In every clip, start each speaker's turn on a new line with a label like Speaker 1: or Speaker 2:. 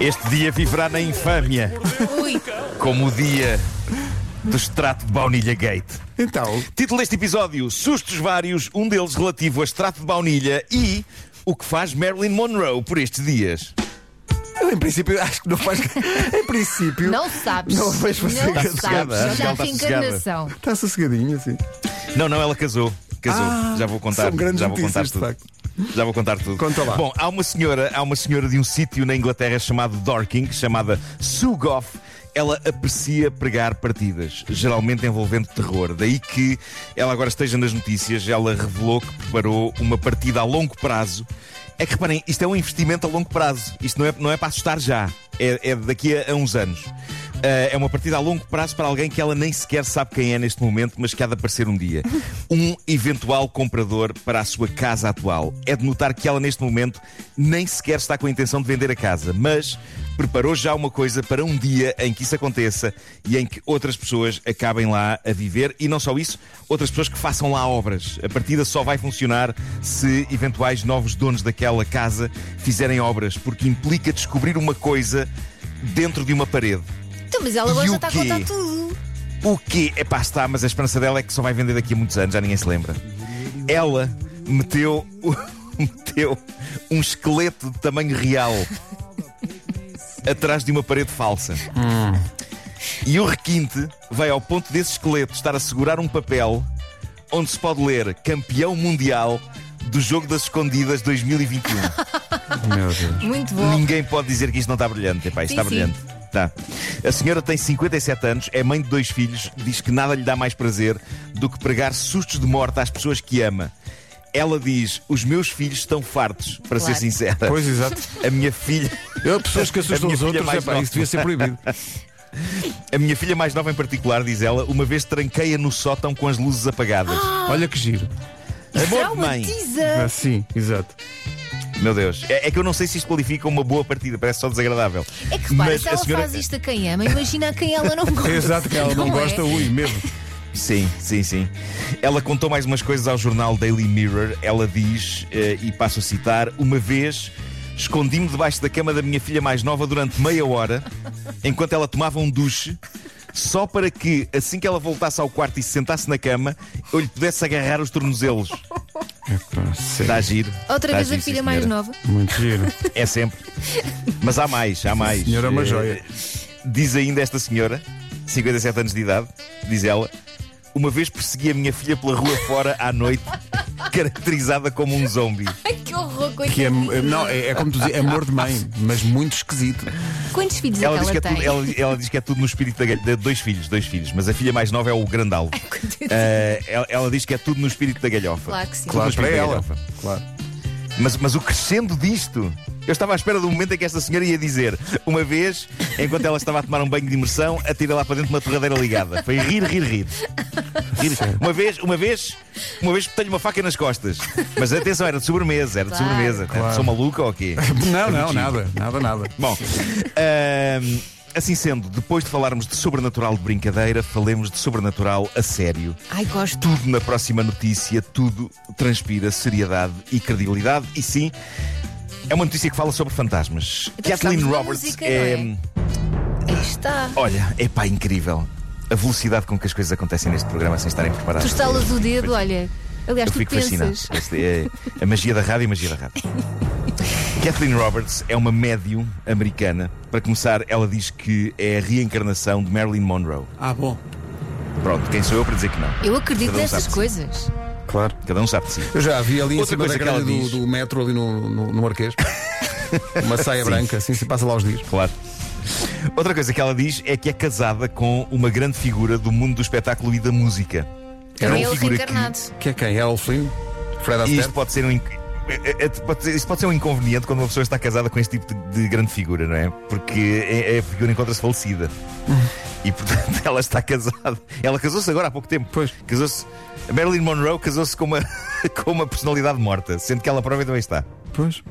Speaker 1: Este dia viverá na infâmia,
Speaker 2: Ui,
Speaker 1: como o dia do extrato de baunilha gate.
Speaker 3: Então,
Speaker 1: Título deste episódio: Sustos vários, um deles relativo a extrato de baunilha e o que faz Marilyn Monroe por estes dias.
Speaker 3: eu, em princípio acho que não faz. em princípio.
Speaker 2: não sabes.
Speaker 3: Não vejo você
Speaker 2: Não
Speaker 3: Está
Speaker 1: sossegada, acho que
Speaker 2: sabes. Já
Speaker 1: É, ela está
Speaker 2: reencarnação.
Speaker 3: Está sossegadinho assim.
Speaker 1: Não, não, ela casou. Casou.
Speaker 3: Ah,
Speaker 1: já vou contar.
Speaker 3: são grandes
Speaker 1: já vou contar
Speaker 3: notícias, de
Speaker 1: tudo.
Speaker 3: facto.
Speaker 1: Já vou contar tudo.
Speaker 3: Conta lá.
Speaker 1: Bom, há uma senhora, há uma senhora de um sítio na Inglaterra chamado Dorking, chamada Sue Goff. Ela aprecia pregar partidas, geralmente envolvendo terror. Daí que ela agora esteja nas notícias, ela revelou que preparou uma partida a longo prazo. É que reparem, isto é um investimento a longo prazo. Isto não é, não é para assustar já. É, é daqui a, a uns anos. Ah, é uma partida a longo prazo para alguém que ela nem sequer sabe quem é neste momento, mas que há de aparecer um dia. Um eventual comprador para a sua casa atual. É de notar que ela, neste momento, nem sequer está com a intenção de vender a casa, mas preparou já uma coisa para um dia em que isso aconteça e em que outras pessoas acabem lá a viver. E não só isso, outras pessoas que façam lá obras. A partida só vai funcionar se eventuais novos donos daquela casa fizerem obras, porque implica descobrir uma coisa dentro de uma parede.
Speaker 2: Então, mas ela
Speaker 1: E
Speaker 2: agora
Speaker 1: o
Speaker 2: já está a
Speaker 1: quê?
Speaker 2: contar tudo.
Speaker 1: O quê? É pá, está, mas a esperança dela é que só vai vender daqui a muitos anos, já ninguém se lembra. Ela meteu, meteu um esqueleto de tamanho real atrás de uma parede falsa. E o requinte vai ao ponto desse esqueleto estar a segurar um papel onde se pode ler campeão mundial do jogo das escondidas 2021.
Speaker 3: Meu Deus.
Speaker 2: Muito bom.
Speaker 1: Ninguém pode dizer que isto não está brilhante. Epá, isto
Speaker 2: Sim,
Speaker 1: está
Speaker 2: sim.
Speaker 1: brilhante. Tá. A senhora tem 57 anos, é mãe de dois filhos, diz que nada lhe dá mais prazer do que pregar sustos de morte às pessoas que ama. Ela diz: Os meus filhos estão fartos, para
Speaker 2: Claro.
Speaker 1: ser sincera.
Speaker 3: Pois exato.
Speaker 1: A minha filha.
Speaker 3: Eu, pessoas que
Speaker 1: A
Speaker 3: assustam
Speaker 1: minha
Speaker 3: os
Speaker 1: filha
Speaker 3: outros,
Speaker 1: mais
Speaker 3: é pá,
Speaker 1: nova.
Speaker 3: isso devia ser proibido.
Speaker 1: A minha filha mais nova em particular, diz ela, uma vez tranqueia no sótão com as luzes apagadas.
Speaker 2: Ah,
Speaker 3: Olha que giro.
Speaker 2: é
Speaker 1: Amor de mãe.
Speaker 2: Traumatiza.
Speaker 3: Ah, sim, exato.
Speaker 1: Meu Deus. É, é que eu não sei se isto qualifica uma boa partida, parece só desagradável.
Speaker 2: É que repara,
Speaker 1: Mas
Speaker 2: se
Speaker 1: a
Speaker 2: ela
Speaker 1: senhora-
Speaker 2: faz isto a quem ama, imagina a quem ela não gosta.
Speaker 3: Exato, que ela não,
Speaker 2: é?
Speaker 3: gosta, ui, mesmo.
Speaker 1: Sim, sim, sim. Ela contou mais umas coisas ao jornal Daily Mirror. Ela diz, eh, e passo a citar: Uma vez escondi-me debaixo da cama da minha filha mais nova durante meia hora, enquanto ela tomava um duche, só para que, assim que ela voltasse ao quarto e se sentasse na cama, eu lhe pudesse agarrar os tornozelos.
Speaker 3: É Pá, sério,
Speaker 1: Está a giro.
Speaker 2: Outra
Speaker 1: Está
Speaker 2: vez
Speaker 1: giro,
Speaker 2: a
Speaker 1: Tá sim,
Speaker 2: filha mais
Speaker 1: senhora.
Speaker 2: nova.
Speaker 3: Muito giro.
Speaker 1: É sempre. Mas há mais, há mais.
Speaker 3: senhora é uma
Speaker 1: Eh,
Speaker 3: joia.
Speaker 1: Diz ainda esta senhora, 57 anos de idade, diz ela: Uma vez persegui a minha filha pela rua fora à noite, caracterizada como um zombi.
Speaker 2: Ai, que horror,
Speaker 3: Que é,
Speaker 2: coitadinha.
Speaker 3: não, é, é como tu dizes, amor de mãe, mas muito esquisito.
Speaker 2: Quantos filhos
Speaker 1: Ela
Speaker 2: é
Speaker 1: diz, que
Speaker 2: que
Speaker 1: é tudo,
Speaker 2: tem?
Speaker 1: ela, ela diz que é tudo no espírito da, ga- de dois filhos, dois filhos, mas a filha mais nova é o grandalvo. Eh, ela, ela diz que é tudo no espírito da galhofa.
Speaker 2: Claro que sim.
Speaker 1: Tudo no
Speaker 3: Claro, para
Speaker 1: espírito da
Speaker 3: ela.
Speaker 1: galhofa.
Speaker 3: Claro.
Speaker 1: Mas, mas o crescendo disto. Eu estava à espera do momento em que esta senhora ia dizer Uma vez, enquanto ela estava a tomar um banho de imersão Atira lá para dentro uma torradeira ligada Foi rir, rir, rir, rir. Uma vez, uma vez Uma vez tenho uma faca nas costas Mas atenção, era de sobremesa, era de
Speaker 2: Claro.
Speaker 1: sobremesa
Speaker 3: Claro.
Speaker 1: Sou maluca ou quê?
Speaker 3: Não, não, nada, nada, nada.
Speaker 1: Bom, ahm, assim sendo Depois de falarmos de sobrenatural de brincadeira Falemos de sobrenatural a sério
Speaker 2: Ai, gosto.
Speaker 1: tudo na próxima notícia, tudo transpira seriedade e credibilidade. E sim, é uma notícia que fala sobre fantasmas.
Speaker 2: Então
Speaker 1: Kathleen
Speaker 2: estamos na
Speaker 1: Roberts
Speaker 2: música,
Speaker 1: é.
Speaker 2: não Aí está.
Speaker 1: Olha, é pá, incrível. A velocidade com que as coisas acontecem neste programa sem estarem
Speaker 2: Tu
Speaker 1: preparados.
Speaker 2: estalas o dedo, olha. Aliás,
Speaker 1: Eu
Speaker 2: tu
Speaker 1: fico fascinado.
Speaker 2: pensas.
Speaker 1: Este é a magia da rádio e a magia da rádio. Kathleen Roberts é uma médium americana. Para começar, ela diz que é a reencarnação de Marilyn Monroe.
Speaker 3: Ah, bom.
Speaker 1: Pronto, quem sou eu para dizer que não?
Speaker 2: Eu acredito
Speaker 1: Cada um
Speaker 2: nestas
Speaker 1: sabe.
Speaker 2: coisas.
Speaker 3: Claro.
Speaker 1: Cada um sabe de si.
Speaker 3: Eu já a vi ali em
Speaker 1: Outra
Speaker 3: cima da
Speaker 1: coisa que
Speaker 3: grelha
Speaker 1: ela
Speaker 3: do,
Speaker 1: diz.
Speaker 3: do metro, ali no, no, no Marquês. Uma saia branca, assim se passa lá os dias.
Speaker 1: Claro. Outra coisa que ela diz é que é casada com uma grande figura do mundo do espetáculo e da música.
Speaker 2: Também
Speaker 1: uma
Speaker 2: ele
Speaker 1: figura
Speaker 2: reencarnado.
Speaker 3: Que é quem? É o Flynn? Fred
Speaker 1: que- E isto
Speaker 3: Astaire?
Speaker 1: pode ser um. inc- é- é- pode ser- Isto pode ser um inconveniente quando uma pessoa está casada com este tipo de, de grande figura, não é? Porque é- é- a figura encontra-se falecida. E portanto ela está casada. Ela casou-se agora há pouco tempo.
Speaker 3: Pois.
Speaker 1: Casou-se. A Marilyn Monroe casou-se com uma, com uma personalidade morta, sendo que ela própria também está.
Speaker 3: Pois.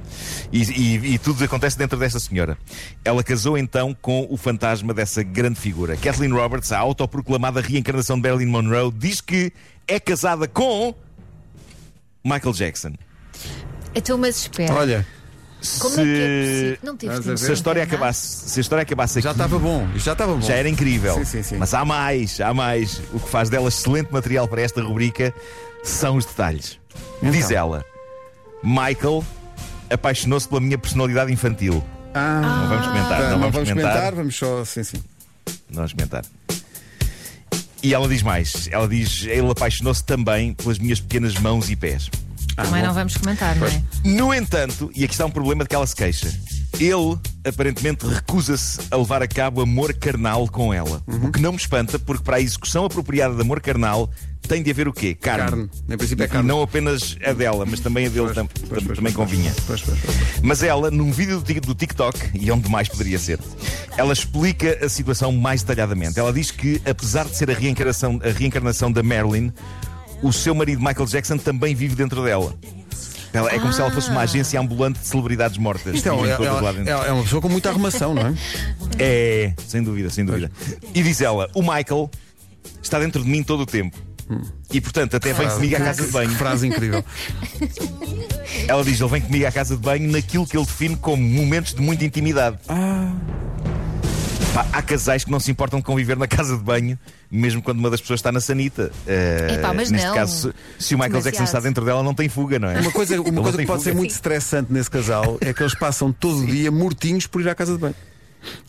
Speaker 1: E, e- e tudo acontece dentro desta senhora. Ela casou então com o fantasma dessa grande figura. Kathleen Roberts, a autoproclamada reencarnação de Marilyn Monroe, diz que é casada com Michael Jackson.
Speaker 2: Então, mas espera.
Speaker 3: Olha,
Speaker 2: Como
Speaker 1: se...
Speaker 2: é que é possível? Não teve
Speaker 3: Estás
Speaker 2: tempo
Speaker 3: a ver?
Speaker 1: se a história
Speaker 2: internado?
Speaker 1: acabasse, se a história acabasse
Speaker 3: já
Speaker 1: aqui,
Speaker 3: estava bom. Já estava bom.
Speaker 1: já era incrível.
Speaker 3: Sim, sim, sim.
Speaker 1: Mas há mais, há mais. O que faz dela excelente material para esta rubrica são os detalhes.
Speaker 3: Então.
Speaker 1: Diz ela: Michael apaixonou-se pela minha personalidade infantil.
Speaker 3: Ah,
Speaker 1: Não vamos comentar,
Speaker 3: tá,
Speaker 1: não vamos,
Speaker 3: comentar.
Speaker 1: comentar.
Speaker 3: vamos só. Sim, sim.
Speaker 1: Não vamos comentar. E ela diz mais: ela diz, ele apaixonou-se também pelas minhas pequenas mãos e pés.
Speaker 2: Também não vamos comentar, não é?
Speaker 1: No entanto, e aqui está um problema de que ela se queixa. Ele aparentemente recusa-se a levar a cabo amor carnal com ela.
Speaker 3: Uhum.
Speaker 1: O que não me espanta, porque para a execução apropriada de amor carnal tem de haver o quê? Carne.
Speaker 3: Carne. Em princípio é
Speaker 1: E
Speaker 3: carne.
Speaker 1: não apenas a dela, mas também a dele tam-
Speaker 3: Pois,
Speaker 1: tam-
Speaker 3: pois,
Speaker 1: também
Speaker 3: pois,
Speaker 1: convinha.
Speaker 3: Pois, pois, pois.
Speaker 1: Mas ela, num vídeo do Tik- do TikTok, e é onde mais poderia ser, ela explica a situação mais detalhadamente. Ela diz que, apesar de ser a reencarnação, a reencarnação da Marilyn, o seu marido Michael Jackson também vive dentro dela. Ela- é como se ela fosse uma agência ambulante de celebridades mortas.
Speaker 3: Ah. Então,
Speaker 1: Vivem
Speaker 3: é,
Speaker 1: todas lá
Speaker 3: ela-
Speaker 1: dentro.
Speaker 3: ela é uma pessoa com muita arrumação, não é?
Speaker 1: É, sem dúvida, sem dúvida. E diz ela: o Michael está dentro de mim todo o tempo. E portanto, até
Speaker 3: Ah.
Speaker 1: vem comigo à casa de banho.
Speaker 3: Que frase incrível.
Speaker 1: Ela diz: ele vem comigo à casa de banho naquilo que ele define como momentos de muita intimidade.
Speaker 3: Ah.
Speaker 1: Pá, há casais que não se importam de conviver na casa de banho, mesmo quando uma das pessoas está na sanita. Eh,
Speaker 2: Epá, mas
Speaker 1: neste
Speaker 2: não.
Speaker 1: caso, se, se o Michael Jackson
Speaker 2: Demasiado.
Speaker 1: está dentro dela, não tem fuga, não é?
Speaker 3: Uma coisa, uma
Speaker 1: Ele não
Speaker 3: coisa
Speaker 1: tem
Speaker 3: que pode ser
Speaker 1: fuga.
Speaker 3: muito estressante nesse casal é que eles passam todo o dia mortinhos por ir à casa de banho.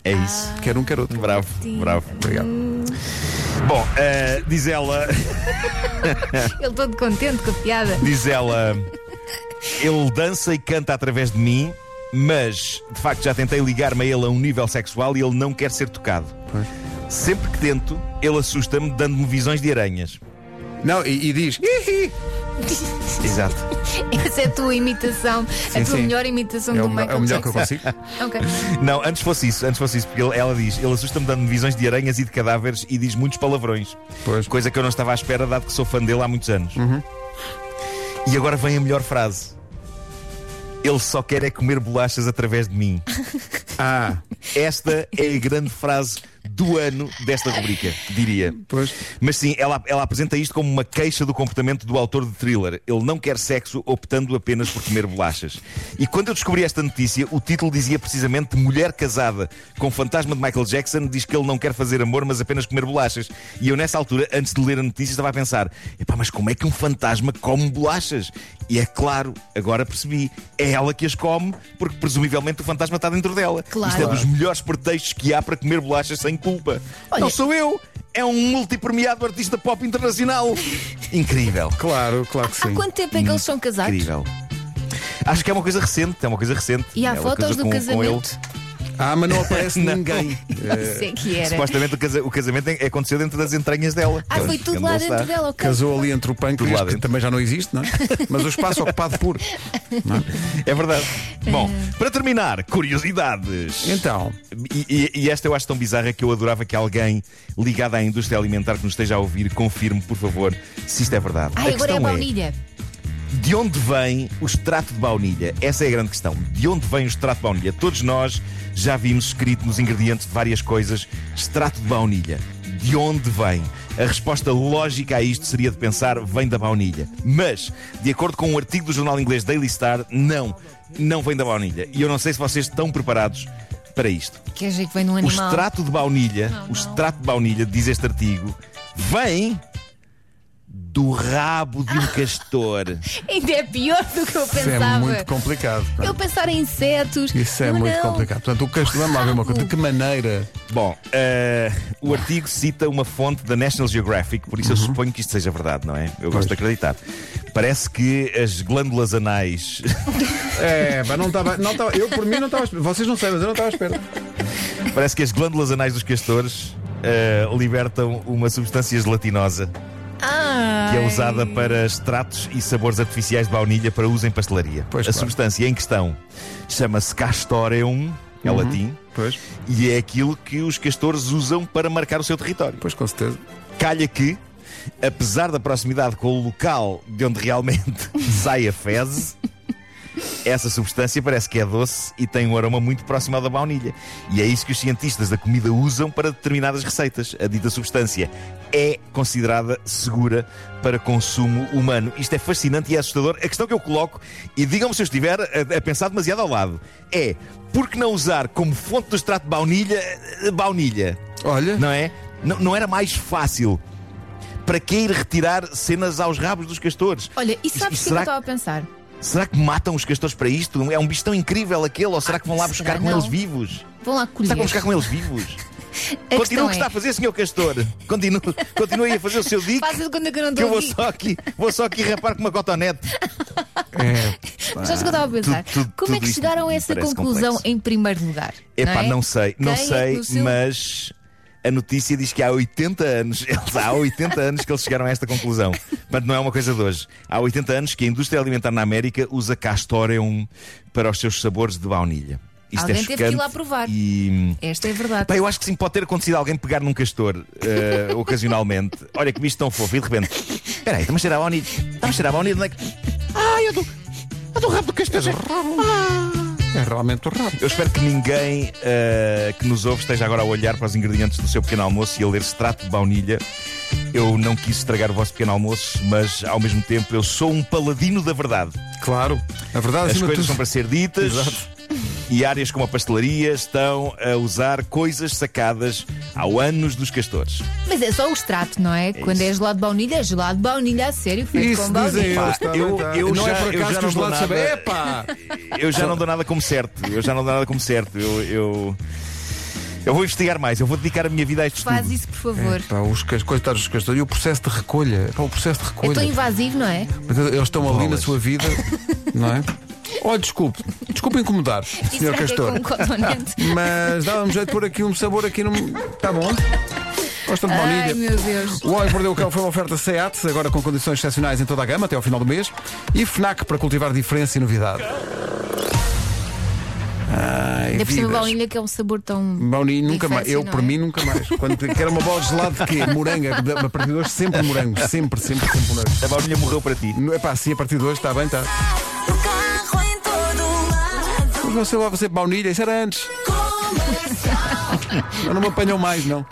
Speaker 1: É isso.
Speaker 3: Quer um, quer
Speaker 2: Ah.
Speaker 3: outro.
Speaker 1: Bravo, bravo.
Speaker 3: Obrigado.
Speaker 2: Hum.
Speaker 1: Bom, eh, diz ela.
Speaker 2: Ele todo contente com a piada.
Speaker 1: Diz ela: Ele dança e canta através de mim, mas de facto já tentei ligar-me a ele a um nível sexual e ele não quer ser tocado.
Speaker 3: Pois.
Speaker 1: Sempre que tento, ele assusta-me, dando-me visões de aranhas.
Speaker 3: Não, e, e diz. "Ih, ih".
Speaker 1: Exato.
Speaker 2: Essa é a tua imitação, a tua
Speaker 3: sim.
Speaker 2: melhor imitação
Speaker 3: É
Speaker 2: do
Speaker 3: o,
Speaker 2: Michael
Speaker 3: é o melhor que eu
Speaker 2: Jackson.
Speaker 3: consigo.
Speaker 2: Ok.
Speaker 1: Não, antes fosse isso, antes fosse isso, porque ele- ela diz: Ele assusta-me, dando-me visões de aranhas e de cadáveres e diz muitos palavrões.
Speaker 3: Pois. Uhum.
Speaker 1: Coisa que eu não estava à espera, dado que sou fã dele há muitos anos. E agora vem a melhor frase. Ele só quer é comer bolachas através de mim.
Speaker 3: Ah,
Speaker 1: Esta é a grande frase do ano desta rubrica, diria.
Speaker 3: pois.
Speaker 1: Mas sim, ela, ela apresenta isto como uma queixa do comportamento do autor de thriller. Ele não quer sexo, optando apenas por comer bolachas. E quando eu descobri esta notícia, o título dizia precisamente Mulher casada com fantasma de Michael Jackson diz que ele não quer fazer amor, mas apenas comer bolachas. E eu, nessa altura, antes de ler a notícia, estava a pensar: epá, mas como é que um fantasma come bolachas? E é claro, agora percebi, é ela que as come, porque presumivelmente o fantasma está dentro dela.
Speaker 2: Claro.
Speaker 1: Isto é dos melhores pretextos que há para comer bolachas sem culpa. Não sou eu, é um multipremiado artista pop internacional. Incrível,
Speaker 3: Claro, claro que
Speaker 2: Há
Speaker 3: sim.
Speaker 2: quanto tempo é que eles são casados?
Speaker 1: incrível. Acho que é uma coisa recente, é uma coisa recente.
Speaker 2: E há
Speaker 1: Ela
Speaker 2: fotos
Speaker 1: casou
Speaker 2: do
Speaker 1: com- com
Speaker 2: casamento?
Speaker 3: Ah, mas não aparece
Speaker 1: Não.
Speaker 3: ninguém. Eh,
Speaker 2: Isso é que
Speaker 1: ele.
Speaker 2: era.
Speaker 1: Supostamente o, casa- o casamento é- aconteceu dentro das entranhas dela.
Speaker 2: Ah, foi tudo lá
Speaker 1: Onde está.
Speaker 2: dentro dela, ok.
Speaker 3: Casou ali entre o
Speaker 1: Tudo
Speaker 3: pâncreas,
Speaker 1: lá
Speaker 3: que
Speaker 1: dentro.
Speaker 3: também já não existe, não é? Mas o espaço ocupado por.
Speaker 1: É verdade. Bom, para terminar, curiosidades.
Speaker 3: Então,
Speaker 1: E, e- e esta eu acho tão bizarra que eu adorava que alguém ligado à indústria alimentar que nos esteja a ouvir confirme, por favor, se isto é verdade.
Speaker 2: Ai,
Speaker 1: a
Speaker 2: agora é
Speaker 1: questão
Speaker 2: a baunilha.
Speaker 1: de onde vem o extrato de baunilha? Essa é a grande questão. De onde vem o extrato de baunilha? Todos nós já vimos escrito nos ingredientes de várias coisas extrato de baunilha. De onde vem? A resposta lógica a isto seria de pensar vem da baunilha. Mas, de acordo com um artigo do jornal inglês Daily Star, não, não vem da baunilha. E eu não sei se vocês estão preparados para isto.
Speaker 2: Quer dizer que vem num
Speaker 1: O
Speaker 2: animal.
Speaker 1: extrato de baunilha,
Speaker 2: Não,
Speaker 1: o
Speaker 2: não.
Speaker 1: extrato de baunilha, diz este artigo, vem do rabo de um castor.
Speaker 2: Ainda é pior do que eu
Speaker 3: isso é
Speaker 2: pensava.
Speaker 3: muito complicado. não é?
Speaker 2: Eu pensar em insetos.
Speaker 3: Isso é
Speaker 2: Eu
Speaker 3: muito
Speaker 2: não.
Speaker 3: complicado. Portanto, o Castro, vamos lá ver uma coisa. De que maneira.
Speaker 1: Bom, eh, o artigo cita uma fonte da National Geographic, por isso
Speaker 3: Uhum.
Speaker 1: eu suponho que isto seja verdade, não é? Eu gosto de acreditar. Parece que as glândulas anais.
Speaker 3: É, mas não estava. Não estava- eu, por mim, não estava. à espera. Vocês não sabem, mas eu não estava à espera.
Speaker 1: parece que as glândulas anais dos castores eh, libertam uma substância gelatinosa
Speaker 2: Ai.
Speaker 1: que é usada para extratos e sabores artificiais de baunilha para uso em pastelaria.
Speaker 3: Pois,
Speaker 1: A
Speaker 3: claro.
Speaker 1: substância em questão chama-se castoreum, é
Speaker 3: Uhum.
Speaker 1: latim,
Speaker 3: Pois,
Speaker 1: e é aquilo que os castores usam para marcar o seu território.
Speaker 3: pois, com certeza.
Speaker 1: Calha que, apesar da proximidade com o local de onde realmente sai a fezes, Essa substância parece que é doce e tem um aroma muito próximo ao da baunilha. E é isso que os cientistas da comida usam para determinadas receitas. A dita substância é considerada segura para consumo humano. Isto é fascinante e é assustador. A questão que eu coloco, e digam-me se eu estiver a, a pensar demasiado ao lado, é por que não usar como fonte do extrato de baunilha, eh, baunilha?
Speaker 3: Olha,
Speaker 1: Não é? Não, não era mais fácil. Para que ir retirar cenas aos rabos dos castores?
Speaker 2: Olha, e
Speaker 1: Isto-
Speaker 2: sabes o
Speaker 1: isto
Speaker 2: que é que eu
Speaker 1: será
Speaker 2: estava a pensar?
Speaker 1: Será que matam os castores para isto? É um bicho tão incrível aquele? Ou será que vão lá
Speaker 2: Ah,
Speaker 1: buscar
Speaker 2: será
Speaker 1: com
Speaker 2: não?
Speaker 1: eles vivos?
Speaker 2: Vão lá
Speaker 1: Será
Speaker 2: colher.
Speaker 1: que vão buscar com eles vivos?
Speaker 2: A
Speaker 1: Continua o
Speaker 2: questão
Speaker 1: que está a
Speaker 2: é,
Speaker 1: fazer, senhor castor. Continue, continue aí a fazer o seu dique.
Speaker 2: faz de conta que eu não
Speaker 1: Que eu
Speaker 2: estou
Speaker 1: vou
Speaker 2: aqui.
Speaker 1: só aqui, vou só aqui rapar com uma cotonete.
Speaker 3: é.
Speaker 2: Mas sabes o que eu estava a pensar?
Speaker 1: tudo- tudo-
Speaker 2: Como é
Speaker 1: tudo
Speaker 2: que
Speaker 1: isto
Speaker 2: chegaram a
Speaker 1: me
Speaker 2: essa
Speaker 1: parece um
Speaker 2: conclusão
Speaker 1: complexo.
Speaker 2: em primeiro lugar?
Speaker 1: Epá,
Speaker 2: é?
Speaker 1: não sei, não
Speaker 2: Quem é
Speaker 1: sei,
Speaker 2: que no seu-
Speaker 1: mas a notícia diz que há 80 anos, eles- há 80 anos que eles chegaram a esta conclusão. Portanto, não é uma coisa de hoje. Há 80 anos que a indústria alimentar na América usa castoreum para os seus sabores de baunilha. Isto é
Speaker 2: Alguém teve que ir
Speaker 1: chocante
Speaker 2: lá provar.
Speaker 1: E...
Speaker 2: Esta é a verdade.
Speaker 1: Pá, eu acho que sim, pode ter acontecido alguém pegar num castor eh, ocasionalmente. Olha que bicho tão fofo e de repente. Espera aí, está-me a cheirar a baunilha. Está-me a cheirar a baunilha. onde é que-"
Speaker 3: é realmente o rabo.
Speaker 1: Eu espero que ninguém eh, que nos ouve esteja agora a olhar para os ingredientes do seu pequeno almoço e a ler extrato de baunilha. Eu não quis estragar o vosso pequeno almoço, mas ao mesmo tempo eu sou um paladino da verdade.
Speaker 3: Claro, a verdade
Speaker 1: As
Speaker 3: acima de
Speaker 1: coisas
Speaker 3: tudo.
Speaker 1: são para ser ditas.
Speaker 3: Exato.
Speaker 1: E áreas como a pastelaria estão a usar coisas sacadas ao anos dos castores.
Speaker 2: Mas é só o extrato, não é? Quando
Speaker 1: isso.
Speaker 2: é gelado de baunilha, é gelado de baunilha a sério, feito com
Speaker 3: Isso
Speaker 2: baunilha.
Speaker 3: dizem
Speaker 1: Pá,
Speaker 3: eles. tá
Speaker 1: eu-
Speaker 3: bem, tá.
Speaker 1: eu
Speaker 3: não
Speaker 1: já-
Speaker 3: é por
Speaker 1: eu
Speaker 3: acaso
Speaker 1: já
Speaker 3: que
Speaker 1: não
Speaker 3: os
Speaker 1: dou
Speaker 3: lados
Speaker 1: nada.
Speaker 3: sabem. Epá!
Speaker 1: Eu já não dou nada como certo. Eu já não dou nada como certo. Eu, eu, eu vou investigar mais. Eu vou dedicar a minha vida a este
Speaker 2: Faz
Speaker 1: estudo.
Speaker 2: isso, por favor.
Speaker 3: Epá, os cas- coitados dos castores. E o processo de recolha? Epá, o processo de
Speaker 2: É tão
Speaker 3: recolha.
Speaker 2: invasivo, não é?
Speaker 3: Mas Eles estão ali na
Speaker 1: Bolas.
Speaker 3: sua vida, não é? Olha, desculpe, desculpe incomodar,
Speaker 2: E será
Speaker 3: Sr.
Speaker 2: que é com
Speaker 3: Castor.
Speaker 2: um cotonete?
Speaker 3: Mas dava-me jeito de pôr aqui um sabor aqui no. Está bom? Gosto de
Speaker 2: Ai,
Speaker 3: baunilha.
Speaker 2: meu Deus.
Speaker 3: O Homem que Mordeu o Cão foi uma oferta SEAT, agora com condições excepcionais em toda a gama até ao final do mês. E FNAC para cultivar diferença e novidade. Ai,
Speaker 2: Ainda por cima,
Speaker 3: vidas.
Speaker 2: baunilha que é um sabor tão.
Speaker 3: Baunilha nunca mais.
Speaker 2: Infância,
Speaker 3: Eu,
Speaker 2: não
Speaker 3: por
Speaker 2: é?
Speaker 3: mim, nunca mais. Quando quero uma bola de gelado de quê? Moranga. De- A partir de hoje, sempre morango. Sempre, sempre, sempre morango.
Speaker 1: A baunilha morreu para ti.
Speaker 3: É pá, sim, a partir de hoje, está bem, tá. está.
Speaker 4: O carro em todo lado. é
Speaker 3: Mas Você lá, você baunilha, isso era antes.
Speaker 4: Comercial.
Speaker 3: Mas Não me apanham mais, não.